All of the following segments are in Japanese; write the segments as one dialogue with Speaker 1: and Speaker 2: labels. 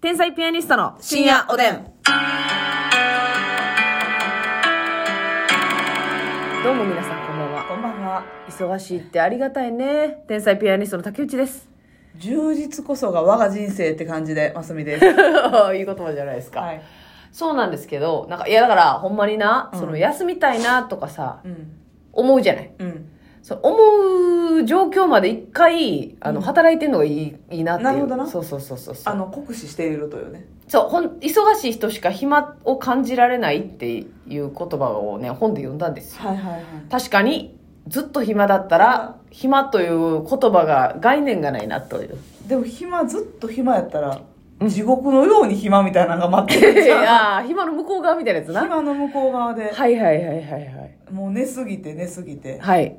Speaker 1: 天才ピアニストの深夜おでん。どうも皆さんこんばんは。
Speaker 2: こんばんは。
Speaker 1: 忙しいってありがたいね。天才ピアニストの竹内です。
Speaker 2: 充実こそが我が人生って感じで、ますみです。
Speaker 1: い い言葉じゃないですか。
Speaker 2: はい。
Speaker 1: そうなんですけど、なんか、いやだから、ほんまにな、
Speaker 2: うん
Speaker 1: その休みたいなとかさ、
Speaker 2: うん。
Speaker 1: 思うじゃない。
Speaker 2: うん。
Speaker 1: そう思う状況まで一回、あの、働いてんのがいい、いいなっていう。
Speaker 2: なるほどな
Speaker 1: そうそうそうそうそ
Speaker 2: あ
Speaker 1: う。
Speaker 2: の、酷使しているというね。
Speaker 1: そう、ほん、忙しい人しか暇を感じられないっていう言葉をね、本で読んだんですよ。
Speaker 2: はいはいはい。
Speaker 1: 確かに、ずっと暇だったら、暇という言葉が、概念がないなという。
Speaker 2: でも暇、ずっと暇やったら、地獄のように暇みたいなのが待ってるじゃん。
Speaker 1: ああー、暇の向こう側みたいなやつな。は
Speaker 2: 暇の向こう側で、
Speaker 1: いはいはいはいはい。
Speaker 2: もう寝すぎて寝すぎて、
Speaker 1: はい。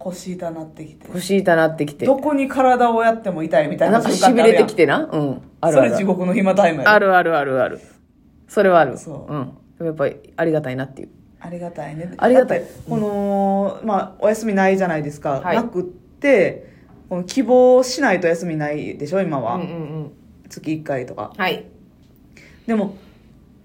Speaker 2: 腰痛なってきて、
Speaker 1: 腰痛なってきて。
Speaker 2: どこに体をやっても痛いみたい
Speaker 1: な
Speaker 2: なん
Speaker 1: かしび
Speaker 2: 瞬間ってある
Speaker 1: れ
Speaker 2: やん
Speaker 1: てきてな。うん。あるあ
Speaker 2: それ地
Speaker 1: る。
Speaker 2: 獄の暇タイムや
Speaker 1: あ
Speaker 2: る。
Speaker 1: るあるあるある。それはある。。
Speaker 2: そうん
Speaker 1: でもやっぱりありがたいなっていう。
Speaker 2: ありがたいね。
Speaker 1: ありがたい
Speaker 2: だって。この、まあ、お休みないじゃないですか。
Speaker 1: はい
Speaker 2: なくって、この希望しないと休みないでしょ、今は。
Speaker 1: うん
Speaker 2: 月1回とか。
Speaker 1: はい。
Speaker 2: でも、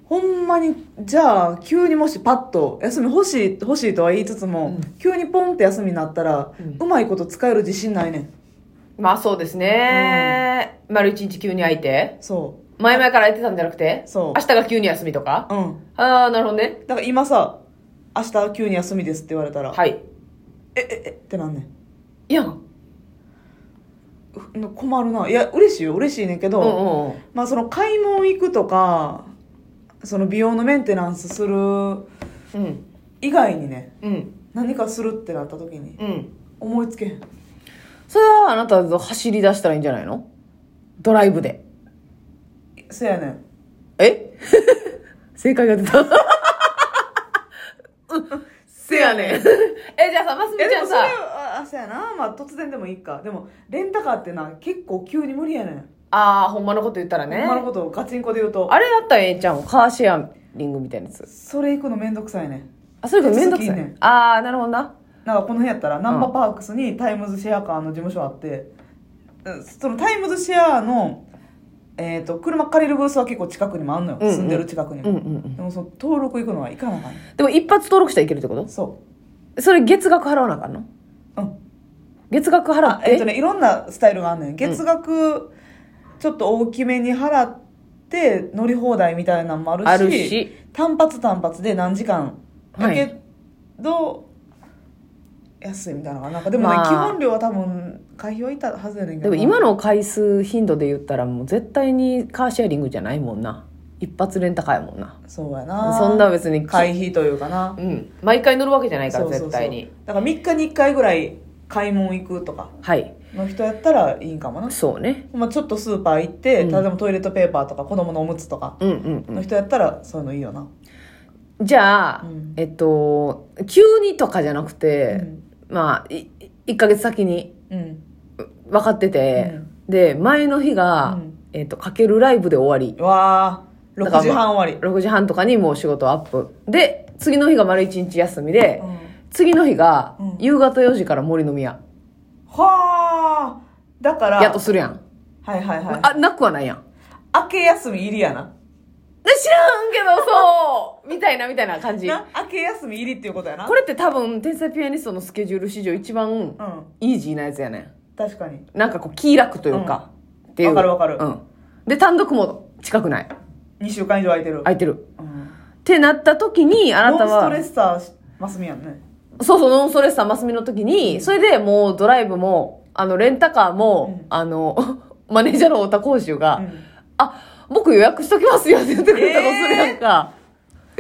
Speaker 2: ほんまに、じゃあ、急にもしパッと、休み欲しい、欲しいとは言いつつも、急にポンって休みになったら、
Speaker 1: うん
Speaker 2: うまいこと使える自信ないねん。
Speaker 1: まあそうですね。丸一日急に空いて。
Speaker 2: そ
Speaker 1: 前々から空いてたんじゃなくて。
Speaker 2: そ
Speaker 1: 明
Speaker 2: う
Speaker 1: 日が急に休みとか。
Speaker 2: う。うん。
Speaker 1: ああ、なるほどね。
Speaker 2: だから今さ、明日急に休みですって言われたら、
Speaker 1: はい。
Speaker 2: え、え、えってなんねん。
Speaker 1: いやん。
Speaker 2: う困るな。いや、嬉しいよ、嬉しいねんけ
Speaker 1: う
Speaker 2: ど、
Speaker 1: んうんうん。
Speaker 2: まあその買い物行くとか、その美容のメンテナンスする
Speaker 1: うん。
Speaker 2: 以外にね、
Speaker 1: うん。
Speaker 2: 何かするってなった時に、
Speaker 1: うん。
Speaker 2: 思いつけへん。
Speaker 1: それはあなたと走り出したらいいんじゃないのドライブで。
Speaker 2: せやねん。
Speaker 1: え正解が出た。うんせや ねん。え、じゃあさ、ますみ
Speaker 2: え、
Speaker 1: ち
Speaker 2: で
Speaker 1: ゃ
Speaker 2: も
Speaker 1: ん
Speaker 2: そ
Speaker 1: さ。
Speaker 2: れは、あ、せやな。まあ突然でもいいか。でも、レンタカーってな、結構急に無理やねん。
Speaker 1: ああ、ほんまのこと言ったらね。
Speaker 2: 今のことをガチンコで言うと、
Speaker 1: あれやったらええじゃん。カーシェアリングみたいなやつ。
Speaker 2: それ行くのめんどくさいねん。
Speaker 1: あ、それがめんどくさ
Speaker 2: 手続きいい
Speaker 1: い
Speaker 2: ね。
Speaker 1: ああ、なるほどな。
Speaker 2: なんかこの辺やったら、ナンバーパークスにタイムズシェアカーの事務所あって、うんそのタイムズシェアの、えっ、と、車借りるブースは結構近くにもあんのよ。
Speaker 1: うんうん
Speaker 2: 住んでる近くにも。
Speaker 1: うんうんうん。
Speaker 2: でもその登録行くのは行かなあかんね
Speaker 1: でも一発登録したらいけるってこ
Speaker 2: そ
Speaker 1: とそれ月額払わなあかんの
Speaker 2: う。うん。
Speaker 1: 月額払
Speaker 2: あ
Speaker 1: っ、て。
Speaker 2: えっとね、いろんなスタイルがあんねん。月額、ちょっと大きめに払って、乗り放題みたいなのもあるし、
Speaker 1: あるし
Speaker 2: 単発単発で何時間。
Speaker 1: は
Speaker 2: だ
Speaker 1: い
Speaker 2: けど、安いみたいなのかな。なんかでもね、
Speaker 1: まあ
Speaker 2: 基本料は多分、会費はいたはずやねんけ
Speaker 1: で
Speaker 2: ど
Speaker 1: も
Speaker 2: な。
Speaker 1: 今の回数頻度で言ったらもう絶対にカーシェアリングじゃないもんな。一発レンタカーやもんな。
Speaker 2: そうやな。
Speaker 1: そんな別に
Speaker 2: 会費というかな。
Speaker 1: うん。毎回乗るわけじゃないから
Speaker 2: そうそうそう
Speaker 1: 絶対に。。
Speaker 2: だから3日に1回ぐらい買い物行くとか
Speaker 1: はい。
Speaker 2: の人やったらいいんかもな。
Speaker 1: そうね。
Speaker 2: まあ、ちょっとスーパー行って、
Speaker 1: うん
Speaker 2: 例えばトイレットペーパーとか子供のおむつとか
Speaker 1: うんうんうん
Speaker 2: の。人やったらそういうのいいよな、
Speaker 1: じゃあ、
Speaker 2: うん
Speaker 1: えっと、急にとかじゃなくて、まあ、いい1ヶ月先に
Speaker 2: うん
Speaker 1: 分かってて、で、前の日が、
Speaker 2: うん
Speaker 1: えっと、かけるライブで終わ
Speaker 2: うわー
Speaker 1: だから
Speaker 2: 6時半終
Speaker 1: り、
Speaker 2: わ
Speaker 1: 6時半とかにもう仕事アップ。で、次の日が丸1日休み
Speaker 2: り、
Speaker 1: で、
Speaker 2: うん
Speaker 1: 次の日が
Speaker 2: うん、
Speaker 1: 夕方4時から森の宮、
Speaker 2: はあだから
Speaker 1: やっとするやん。
Speaker 2: はいはいはい
Speaker 1: あ、なくはないやん。
Speaker 2: 明け休み入りやな
Speaker 1: で知らんけど、そうみたいな、みたいな感じ。
Speaker 2: な明け休み入りっていうことやな
Speaker 1: これって多分、天才ピアニストのスケジュール史上一番、
Speaker 2: うん
Speaker 1: イージーなやつやねん。
Speaker 2: 確かに
Speaker 1: なんかこう、気楽というか、っていう。
Speaker 2: わかるわかる
Speaker 1: うん。で、単独も近くない。
Speaker 2: 2週間以上空いてる、
Speaker 1: 空いてる。
Speaker 2: うん、
Speaker 1: ってなった時に、あなた
Speaker 2: ノンスト
Speaker 1: は、
Speaker 2: レッサーマスミやんね
Speaker 1: そうそう、ノンストレスさん、マスミの時に、それでもうドライブも、あの、レンタカーも、
Speaker 2: うん
Speaker 1: あの、 マネージャーの太田講習が、
Speaker 2: うん
Speaker 1: あ、僕予約しときますよって言ってくれたとするやんか。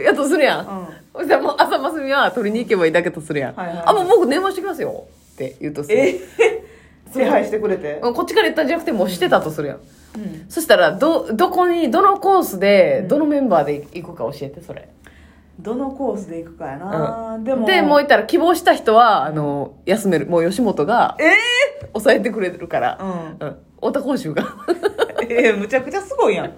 Speaker 1: やっとするやん。
Speaker 2: うん
Speaker 1: そしたらもう朝マスミは取りに行けばいいだけとするやん。
Speaker 2: はいはいはい
Speaker 1: あ、もう僕電話してきますよって言うとする。
Speaker 2: え ー手配してくれて、
Speaker 1: うんこっちから言ったんじゃなくてもうしてたとするやん。
Speaker 2: うん
Speaker 1: そしたら、ど、どこに、どのコースで、どのメンバーで行くか教えて、それ。
Speaker 2: どのコースで行くかやな、でも
Speaker 1: で、もう言ったら希望した人は、あの、休める。もう吉本が、
Speaker 2: え
Speaker 1: 抑えてくれるから。
Speaker 2: ー、うん
Speaker 1: うん。太田講 習が。
Speaker 2: ええむちゃくちゃすごいやん。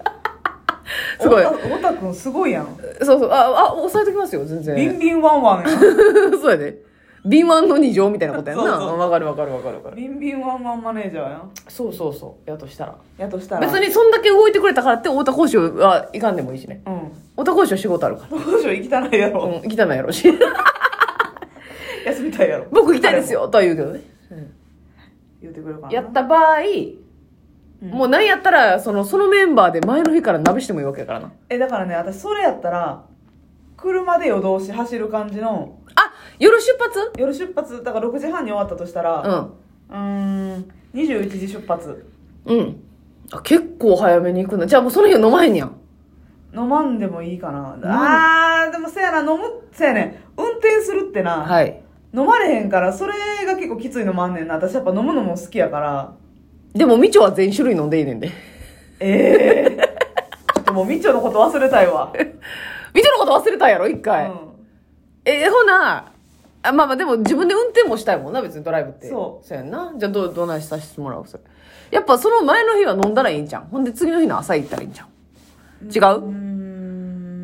Speaker 1: すごい
Speaker 2: 太田太田くんすごいやん。
Speaker 1: そうそう。あ、あ、抑えときますよ、全
Speaker 2: ビン
Speaker 1: 然。
Speaker 2: ビンワンワンやん。
Speaker 1: そうやで。敏腕の二乗みたいなことやんな
Speaker 2: そうそう
Speaker 1: うんわかるわかるわかるわかる
Speaker 2: ビンビンワンマンマネージャーやん
Speaker 1: そうそうそうやとしたら
Speaker 2: やとしたら
Speaker 1: 別にそんだけ動いてくれたからって太田講師はいかんでもいいしね
Speaker 2: うん
Speaker 1: 太田講師は仕事あるから
Speaker 2: どうしよう行きたないや
Speaker 1: うん
Speaker 2: ろ、
Speaker 1: 行きたないやろし
Speaker 2: 休みたいやろ
Speaker 1: 僕行きたいですよとは言うけどね、
Speaker 2: 言うてくれるかな
Speaker 1: やった場合、
Speaker 2: うん
Speaker 1: もう何やったらそのそのメンバーで前の日から鍋してもいいわけやからな
Speaker 2: えだからね私それやったら車で夜通し走る感じの
Speaker 1: あ夜出発
Speaker 2: 夜出発だから6時半に終わったとした
Speaker 1: う
Speaker 2: ら
Speaker 1: ん
Speaker 2: うーん21時出発
Speaker 1: うんあ結構早めに行くなじゃあもうその日は飲まへんねやん
Speaker 2: 飲まんでもいいか
Speaker 1: ん
Speaker 2: なあーでもせやな飲むせやねん運転するってな、
Speaker 1: はい
Speaker 2: 飲まれへんからそれが結構きついのもあんねんな私やっぱ飲むのも好きやから
Speaker 1: でもみちょは全種類飲んでいいね んで
Speaker 2: ええちょっともうみちょのこと忘れたいわ、
Speaker 1: みちょのこと忘れたんやろ一回、
Speaker 2: う
Speaker 1: えほなあまあまあでも自分で運転もしたいもんな別にドライブって
Speaker 2: そう
Speaker 1: やんなじゃあどどないさせてもらうそれやっぱその前の日は飲んだらいいんじゃんほんで次の日の朝行ったらいいんじゃん違
Speaker 2: んうー
Speaker 1: うん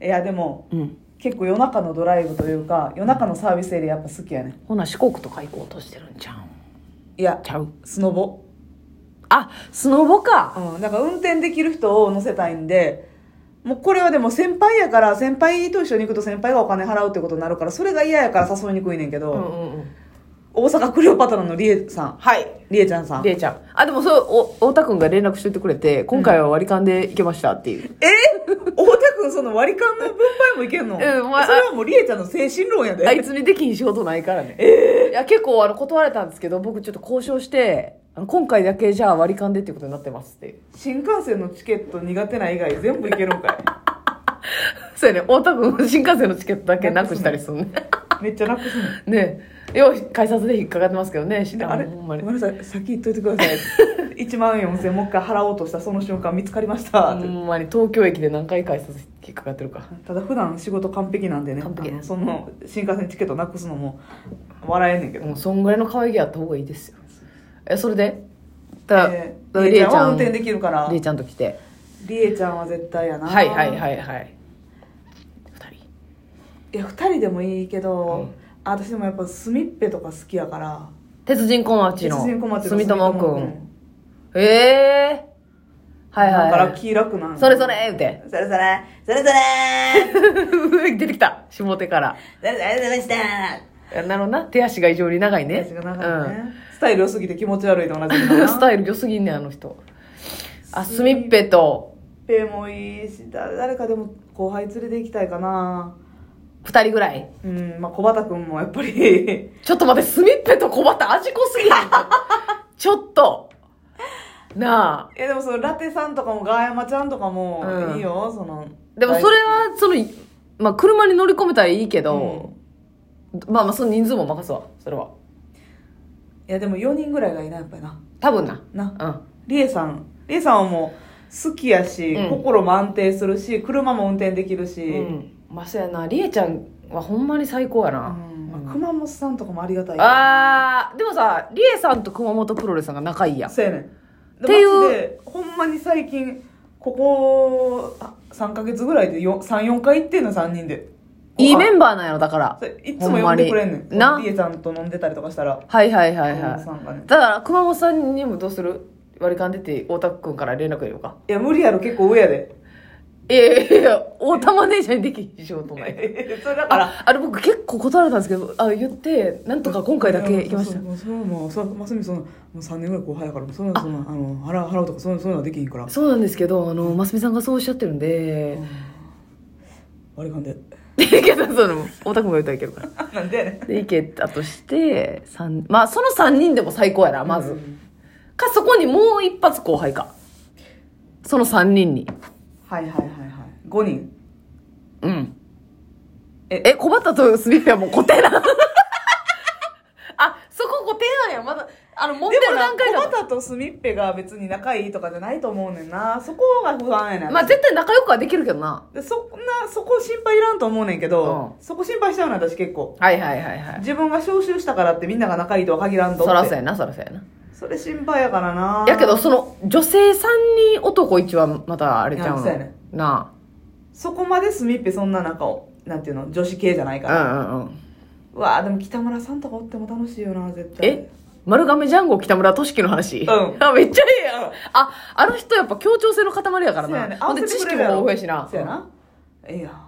Speaker 2: いやでも
Speaker 1: うん
Speaker 2: 結構夜中のドライブというか夜中のサービスエリアやっぱ好きやね
Speaker 1: ほな四国とか行こうとしてるんじゃん
Speaker 2: いや
Speaker 1: ちゃう
Speaker 2: スノボ
Speaker 1: あスノボか
Speaker 2: うんだから運転できる人を乗せたいんでもうこれはでも先輩やから先輩と一緒に行くと先輩がお金払うってことになるからそれが嫌やから誘いにくいねんけど、
Speaker 1: うんうん
Speaker 2: 大阪クレオパトラのリエさん
Speaker 1: はい
Speaker 2: リエちゃんさん
Speaker 1: りえちゃんあでもそうお太田君が連絡しといてくれて今回は割り勘で行けましたっていう、
Speaker 2: え太田君その割り勘の分配もいけんの、
Speaker 1: うんまあ
Speaker 2: それはもうリエちゃんの精神論やで、
Speaker 1: あいつにできひん仕事ないからね。えいや、結構あの断られたんですけど、僕ちょっと交渉して、あの今回だけじゃあ割り勘でっていうことになってますっていう。
Speaker 2: 新幹線のチケット苦手な以外全部いけるんか
Speaker 1: そうやね、太田君、新幹線のチケットだけなくしたりすんね。
Speaker 2: いめっちゃ楽しみ
Speaker 1: ねえ。よう、改札で引っかかってますけどね、し
Speaker 2: あれ
Speaker 1: ほ
Speaker 2: ご
Speaker 1: んま
Speaker 2: め
Speaker 1: に。
Speaker 2: んなさい先言っといてくださ い1万4000もう一回払おうとしたその瞬間見つかりました、
Speaker 1: ほんまに東京駅で何回改札引っかかってるか。
Speaker 2: ただ普段仕事完璧なんでね
Speaker 1: 完璧
Speaker 2: あのその新幹線チケットなくすのも笑えんねんけど、
Speaker 1: もうそんぐらいの可愛げあった方がいいですよ。え、それでだ
Speaker 2: え
Speaker 1: だ
Speaker 2: ー、リエちゃんは運転
Speaker 1: り
Speaker 2: できるから
Speaker 1: えちゃんと来て。
Speaker 2: リエちゃんは絶対やな
Speaker 1: はいはい
Speaker 2: い
Speaker 1: はいはい。二人。
Speaker 2: や2人でもいいけ
Speaker 1: う
Speaker 2: ど
Speaker 1: ん、
Speaker 2: あ私でもやっぱすみっぺとか好きやから
Speaker 1: 鉄人小町の。
Speaker 2: 別人小町
Speaker 1: 住友く
Speaker 2: 君
Speaker 1: ん。ええはいはい、
Speaker 2: だから
Speaker 1: はい。
Speaker 2: 気楽なん
Speaker 1: それそれ言うて。
Speaker 2: それそれそれそれ
Speaker 1: 出てきた。下手から。
Speaker 2: それそれそれした
Speaker 1: なるほどな。手足が異常に長いね。
Speaker 2: 私が長いね、スタイル良すぎて気持ち悪いでおなじみだ
Speaker 1: うん。
Speaker 2: な
Speaker 1: スタイル良すぎんねん、あの人。あ、すみっぺと
Speaker 2: ぺもいいしだ誰かでも後輩連れて行きたいかな
Speaker 1: 二人ぐらい。
Speaker 2: うんまあ小畑君もやっぱり
Speaker 1: ちょっと待って、すみっぺと小畑味濃すぎないちょっと。なあ。
Speaker 2: えでもそのラテさんとかもガーヤマちゃんとかも
Speaker 1: うん
Speaker 2: いいよ、その
Speaker 1: でもそれは、その、まあ、車に乗り込めたらいいけど、まあまあ、その人数も任すわ。それは。
Speaker 2: いやでも4人ぐらいがいいなやっぱりな
Speaker 1: 多分な。
Speaker 2: な
Speaker 1: うん。
Speaker 2: リエさんリエさんはもう好きやし、
Speaker 1: うん
Speaker 2: 心も安定するし車も運転できるし、
Speaker 1: うん、まあ、そうやなりえちゃんはほんまに最高やな、
Speaker 2: うん
Speaker 1: うん
Speaker 2: まあ、熊本さんとかもありがたいよ
Speaker 1: あーでもさりえさんと熊本プロレスさんが仲いいやん
Speaker 2: そうやねん
Speaker 1: ていう
Speaker 2: マジでほんまに最近ここあ3か月ぐらいで34回行ってんの3人で
Speaker 1: いいメ
Speaker 2: ン
Speaker 1: ンバーなんやろだから
Speaker 2: いつも呼んでくれんね
Speaker 1: ほんま
Speaker 2: ん
Speaker 1: にな
Speaker 2: リエさんと飲んでたりとかしたら
Speaker 1: はいはいはい
Speaker 2: 熊
Speaker 1: は
Speaker 2: 本さ
Speaker 1: い
Speaker 2: んがね
Speaker 1: だから熊本さんにもどうする割り勘出て太田君から連絡入れようか
Speaker 2: いや無理やろ結構上やで
Speaker 1: いやいやいや太田マネージャーにできひん仕事ない
Speaker 2: それだから
Speaker 1: ああれ僕結構断られたんですけどあ言ってなんとか今回だけ行きました
Speaker 2: いやもうそうそうもうそれはもうそれはまさみそんなもう3年ぐらい後輩やからそんなそんなあの払う払うとかそんなそういうのはできひんから
Speaker 1: そうなんですけどあの真澄さんがそうおっしゃってるんで
Speaker 2: 割り勘で
Speaker 1: いけたその太田君が言ったらいけるから
Speaker 2: なんでやねん
Speaker 1: で、行けたとして、三、まあ、その三人でも最高やな、まず。か、そこにもう一発後輩か。その三人に。
Speaker 2: はいはいはいはい5人
Speaker 1: うん。
Speaker 2: え
Speaker 1: え、小畑とスミフはもう固定 な。あ、そこ固定なんや、まだ。あの、持って
Speaker 2: でも
Speaker 1: る
Speaker 2: な
Speaker 1: 段階
Speaker 2: 小
Speaker 1: だと。
Speaker 2: 畑とすみっぺが別に仲いいとかじゃないと思うねんなそこが不安やねん、
Speaker 1: まあ、絶対仲良くはできるけどな。
Speaker 2: でそんなそこ心配いらんと思うねんけど、
Speaker 1: う
Speaker 2: そこ心配しちゃうねん私結構
Speaker 1: はいはいはいはい。
Speaker 2: 自分が招集したからってみんなが仲いいとは限らんと
Speaker 1: そ
Speaker 2: 思
Speaker 1: ら
Speaker 2: っ
Speaker 1: そう
Speaker 2: て
Speaker 1: やな、そらそうやな。
Speaker 2: それ心配やからな
Speaker 1: やけど、その、女性三人男一はまたあれちゃう
Speaker 2: いや
Speaker 1: の。
Speaker 2: そうやね
Speaker 1: な
Speaker 2: そこまですみっぺそんな仲をなんていうの女子系じゃない
Speaker 1: あ。
Speaker 2: から、
Speaker 1: うんうんうん。
Speaker 2: うわあでも北村さんとかおっても楽しいよな絶対
Speaker 1: え丸亀ジャンゴ北村俊樹の話、
Speaker 2: うん
Speaker 1: あめっちゃええやんああの人やっぱ協調性の塊やから
Speaker 2: そうや
Speaker 1: な、
Speaker 2: ね
Speaker 1: ほんで知識も豊富やしな
Speaker 2: そうやなええやん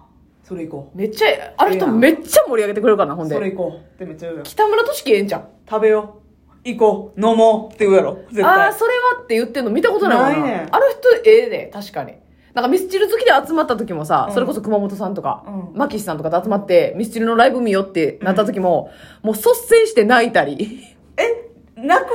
Speaker 2: それ行こ
Speaker 1: めっちゃええあの人
Speaker 2: ええやん
Speaker 1: めっちゃ盛り上げてくれるからなほ
Speaker 2: うんそれ
Speaker 1: で
Speaker 2: 行こうってめっちゃ言うやん
Speaker 1: 北村俊樹ええんちゃん
Speaker 2: 食べよう行こう飲もうって言うやろ絶
Speaker 1: ああー
Speaker 2: 対
Speaker 1: それはって言ってんの見たことないわな
Speaker 2: ないね
Speaker 1: あの人ええね確かになんかミスチル好きで集まった時もさ、
Speaker 2: うん
Speaker 1: それこそ熊本さんとか、
Speaker 2: うん
Speaker 1: マキシさんとかと集まってミスチルのライブ見よってなった時も、もう率先して泣い たり
Speaker 2: えなくり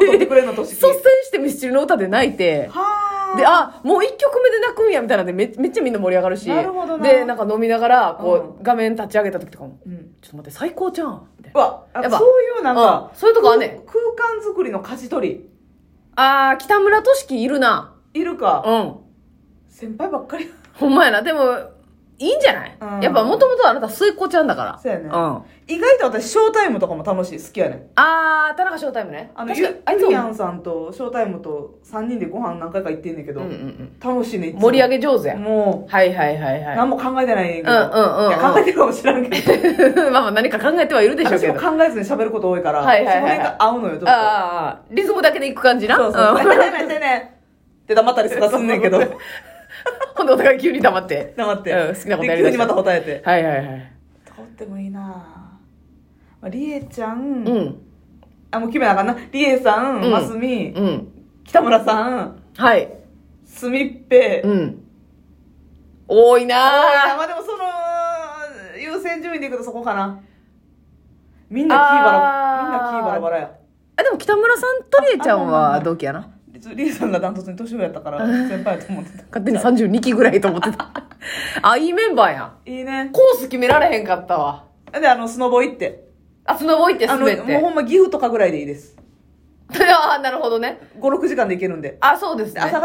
Speaker 2: 出し取ってくれんのとしき
Speaker 1: 率先してミスチルの歌で泣いて
Speaker 2: はあ
Speaker 1: で、あ、もう一曲目で泣くんや、みたいなんでめ、めっちゃみんな盛り上がるし。
Speaker 2: なるほどな
Speaker 1: で、なんか飲みながら、こう、
Speaker 2: う
Speaker 1: 画面立ち上げた時とかも、
Speaker 2: うん、
Speaker 1: ちょっと待って、最高じゃんみたいうな。
Speaker 2: わあ
Speaker 1: やっぱ
Speaker 2: そういうなんか、
Speaker 1: うんそういうとこあんねん
Speaker 2: 空空間作りの舵取り
Speaker 1: あー、北村俊樹いるな。
Speaker 2: いるか、
Speaker 1: うん。
Speaker 2: 先輩ばっかり
Speaker 1: ほんまやな。でも、いいんじゃない、
Speaker 2: うん
Speaker 1: やっぱ、もともとあなた末っ子ちゃんだから。
Speaker 2: そうやね
Speaker 1: ん。
Speaker 2: 意外と私ショータイムとかも楽しい好きやねん
Speaker 1: あー、田中ショータイムね。
Speaker 2: あの
Speaker 1: 確か
Speaker 2: ゆ
Speaker 1: あいつ
Speaker 2: ゆ
Speaker 1: も
Speaker 2: りやんさんとショータイムと3人でご飯何回か行ってんねんけど、
Speaker 1: うんうんうん。
Speaker 2: 楽しいねいつも
Speaker 1: 盛り上げ上手や。
Speaker 2: も
Speaker 1: はいはいはいは
Speaker 2: う
Speaker 1: い。
Speaker 2: 何も考えてないねんけど、
Speaker 1: うんうんうんうん
Speaker 2: いや考えてるかもしらんけど
Speaker 1: まあまあ何か考えてはいるでしょう
Speaker 2: 私
Speaker 1: け
Speaker 2: も
Speaker 1: ど。あ
Speaker 2: 考えずに喋ること多いから、
Speaker 1: はいはいはいはい
Speaker 2: その辺が合うのよちょっと
Speaker 1: あー、リズムだけでいく感じな。
Speaker 2: そう そう
Speaker 1: うん
Speaker 2: そうねねねねって黙ったりとかすんねんけど
Speaker 1: ほんでお互い急に黙って。
Speaker 2: 黙って、
Speaker 1: うん好きなことやりだ
Speaker 2: で急に
Speaker 1: し
Speaker 2: また答えて
Speaker 1: はいはいはい。
Speaker 2: 通ってもいいなぁまありえちゃん、
Speaker 1: うん。
Speaker 2: あもう決めなあかんなりえさん、
Speaker 1: うん
Speaker 2: ますみ
Speaker 1: うん。
Speaker 2: 北村さん
Speaker 1: はい。
Speaker 2: すみっぺ、
Speaker 1: う
Speaker 2: あ
Speaker 1: ん。多いなぁ。
Speaker 2: まあでもその優先順位でいくとそこかなみんなキーバ
Speaker 1: あ
Speaker 2: ラ
Speaker 1: ー
Speaker 2: みんなキーバラバラや
Speaker 1: あ、でも北村さんとりえちゃん
Speaker 2: ああ
Speaker 1: は
Speaker 2: の
Speaker 1: 同期やな。
Speaker 2: りりえさんがダントツに年上やったから先輩やと思ってた
Speaker 1: 勝手に32期ぐらいと思って た。あ、いいメンバーやん。
Speaker 2: いいね
Speaker 1: コース決められへんかったわ。
Speaker 2: であのスノボ行って
Speaker 1: あ、スノボ行って
Speaker 2: あの
Speaker 1: 滑っ
Speaker 2: もうほ
Speaker 1: て。
Speaker 2: んま岐阜とかぐらいでいいです
Speaker 1: ああ、なるほどね。
Speaker 2: 56時間で行けるんで
Speaker 1: あ、そうですね。
Speaker 2: 朝方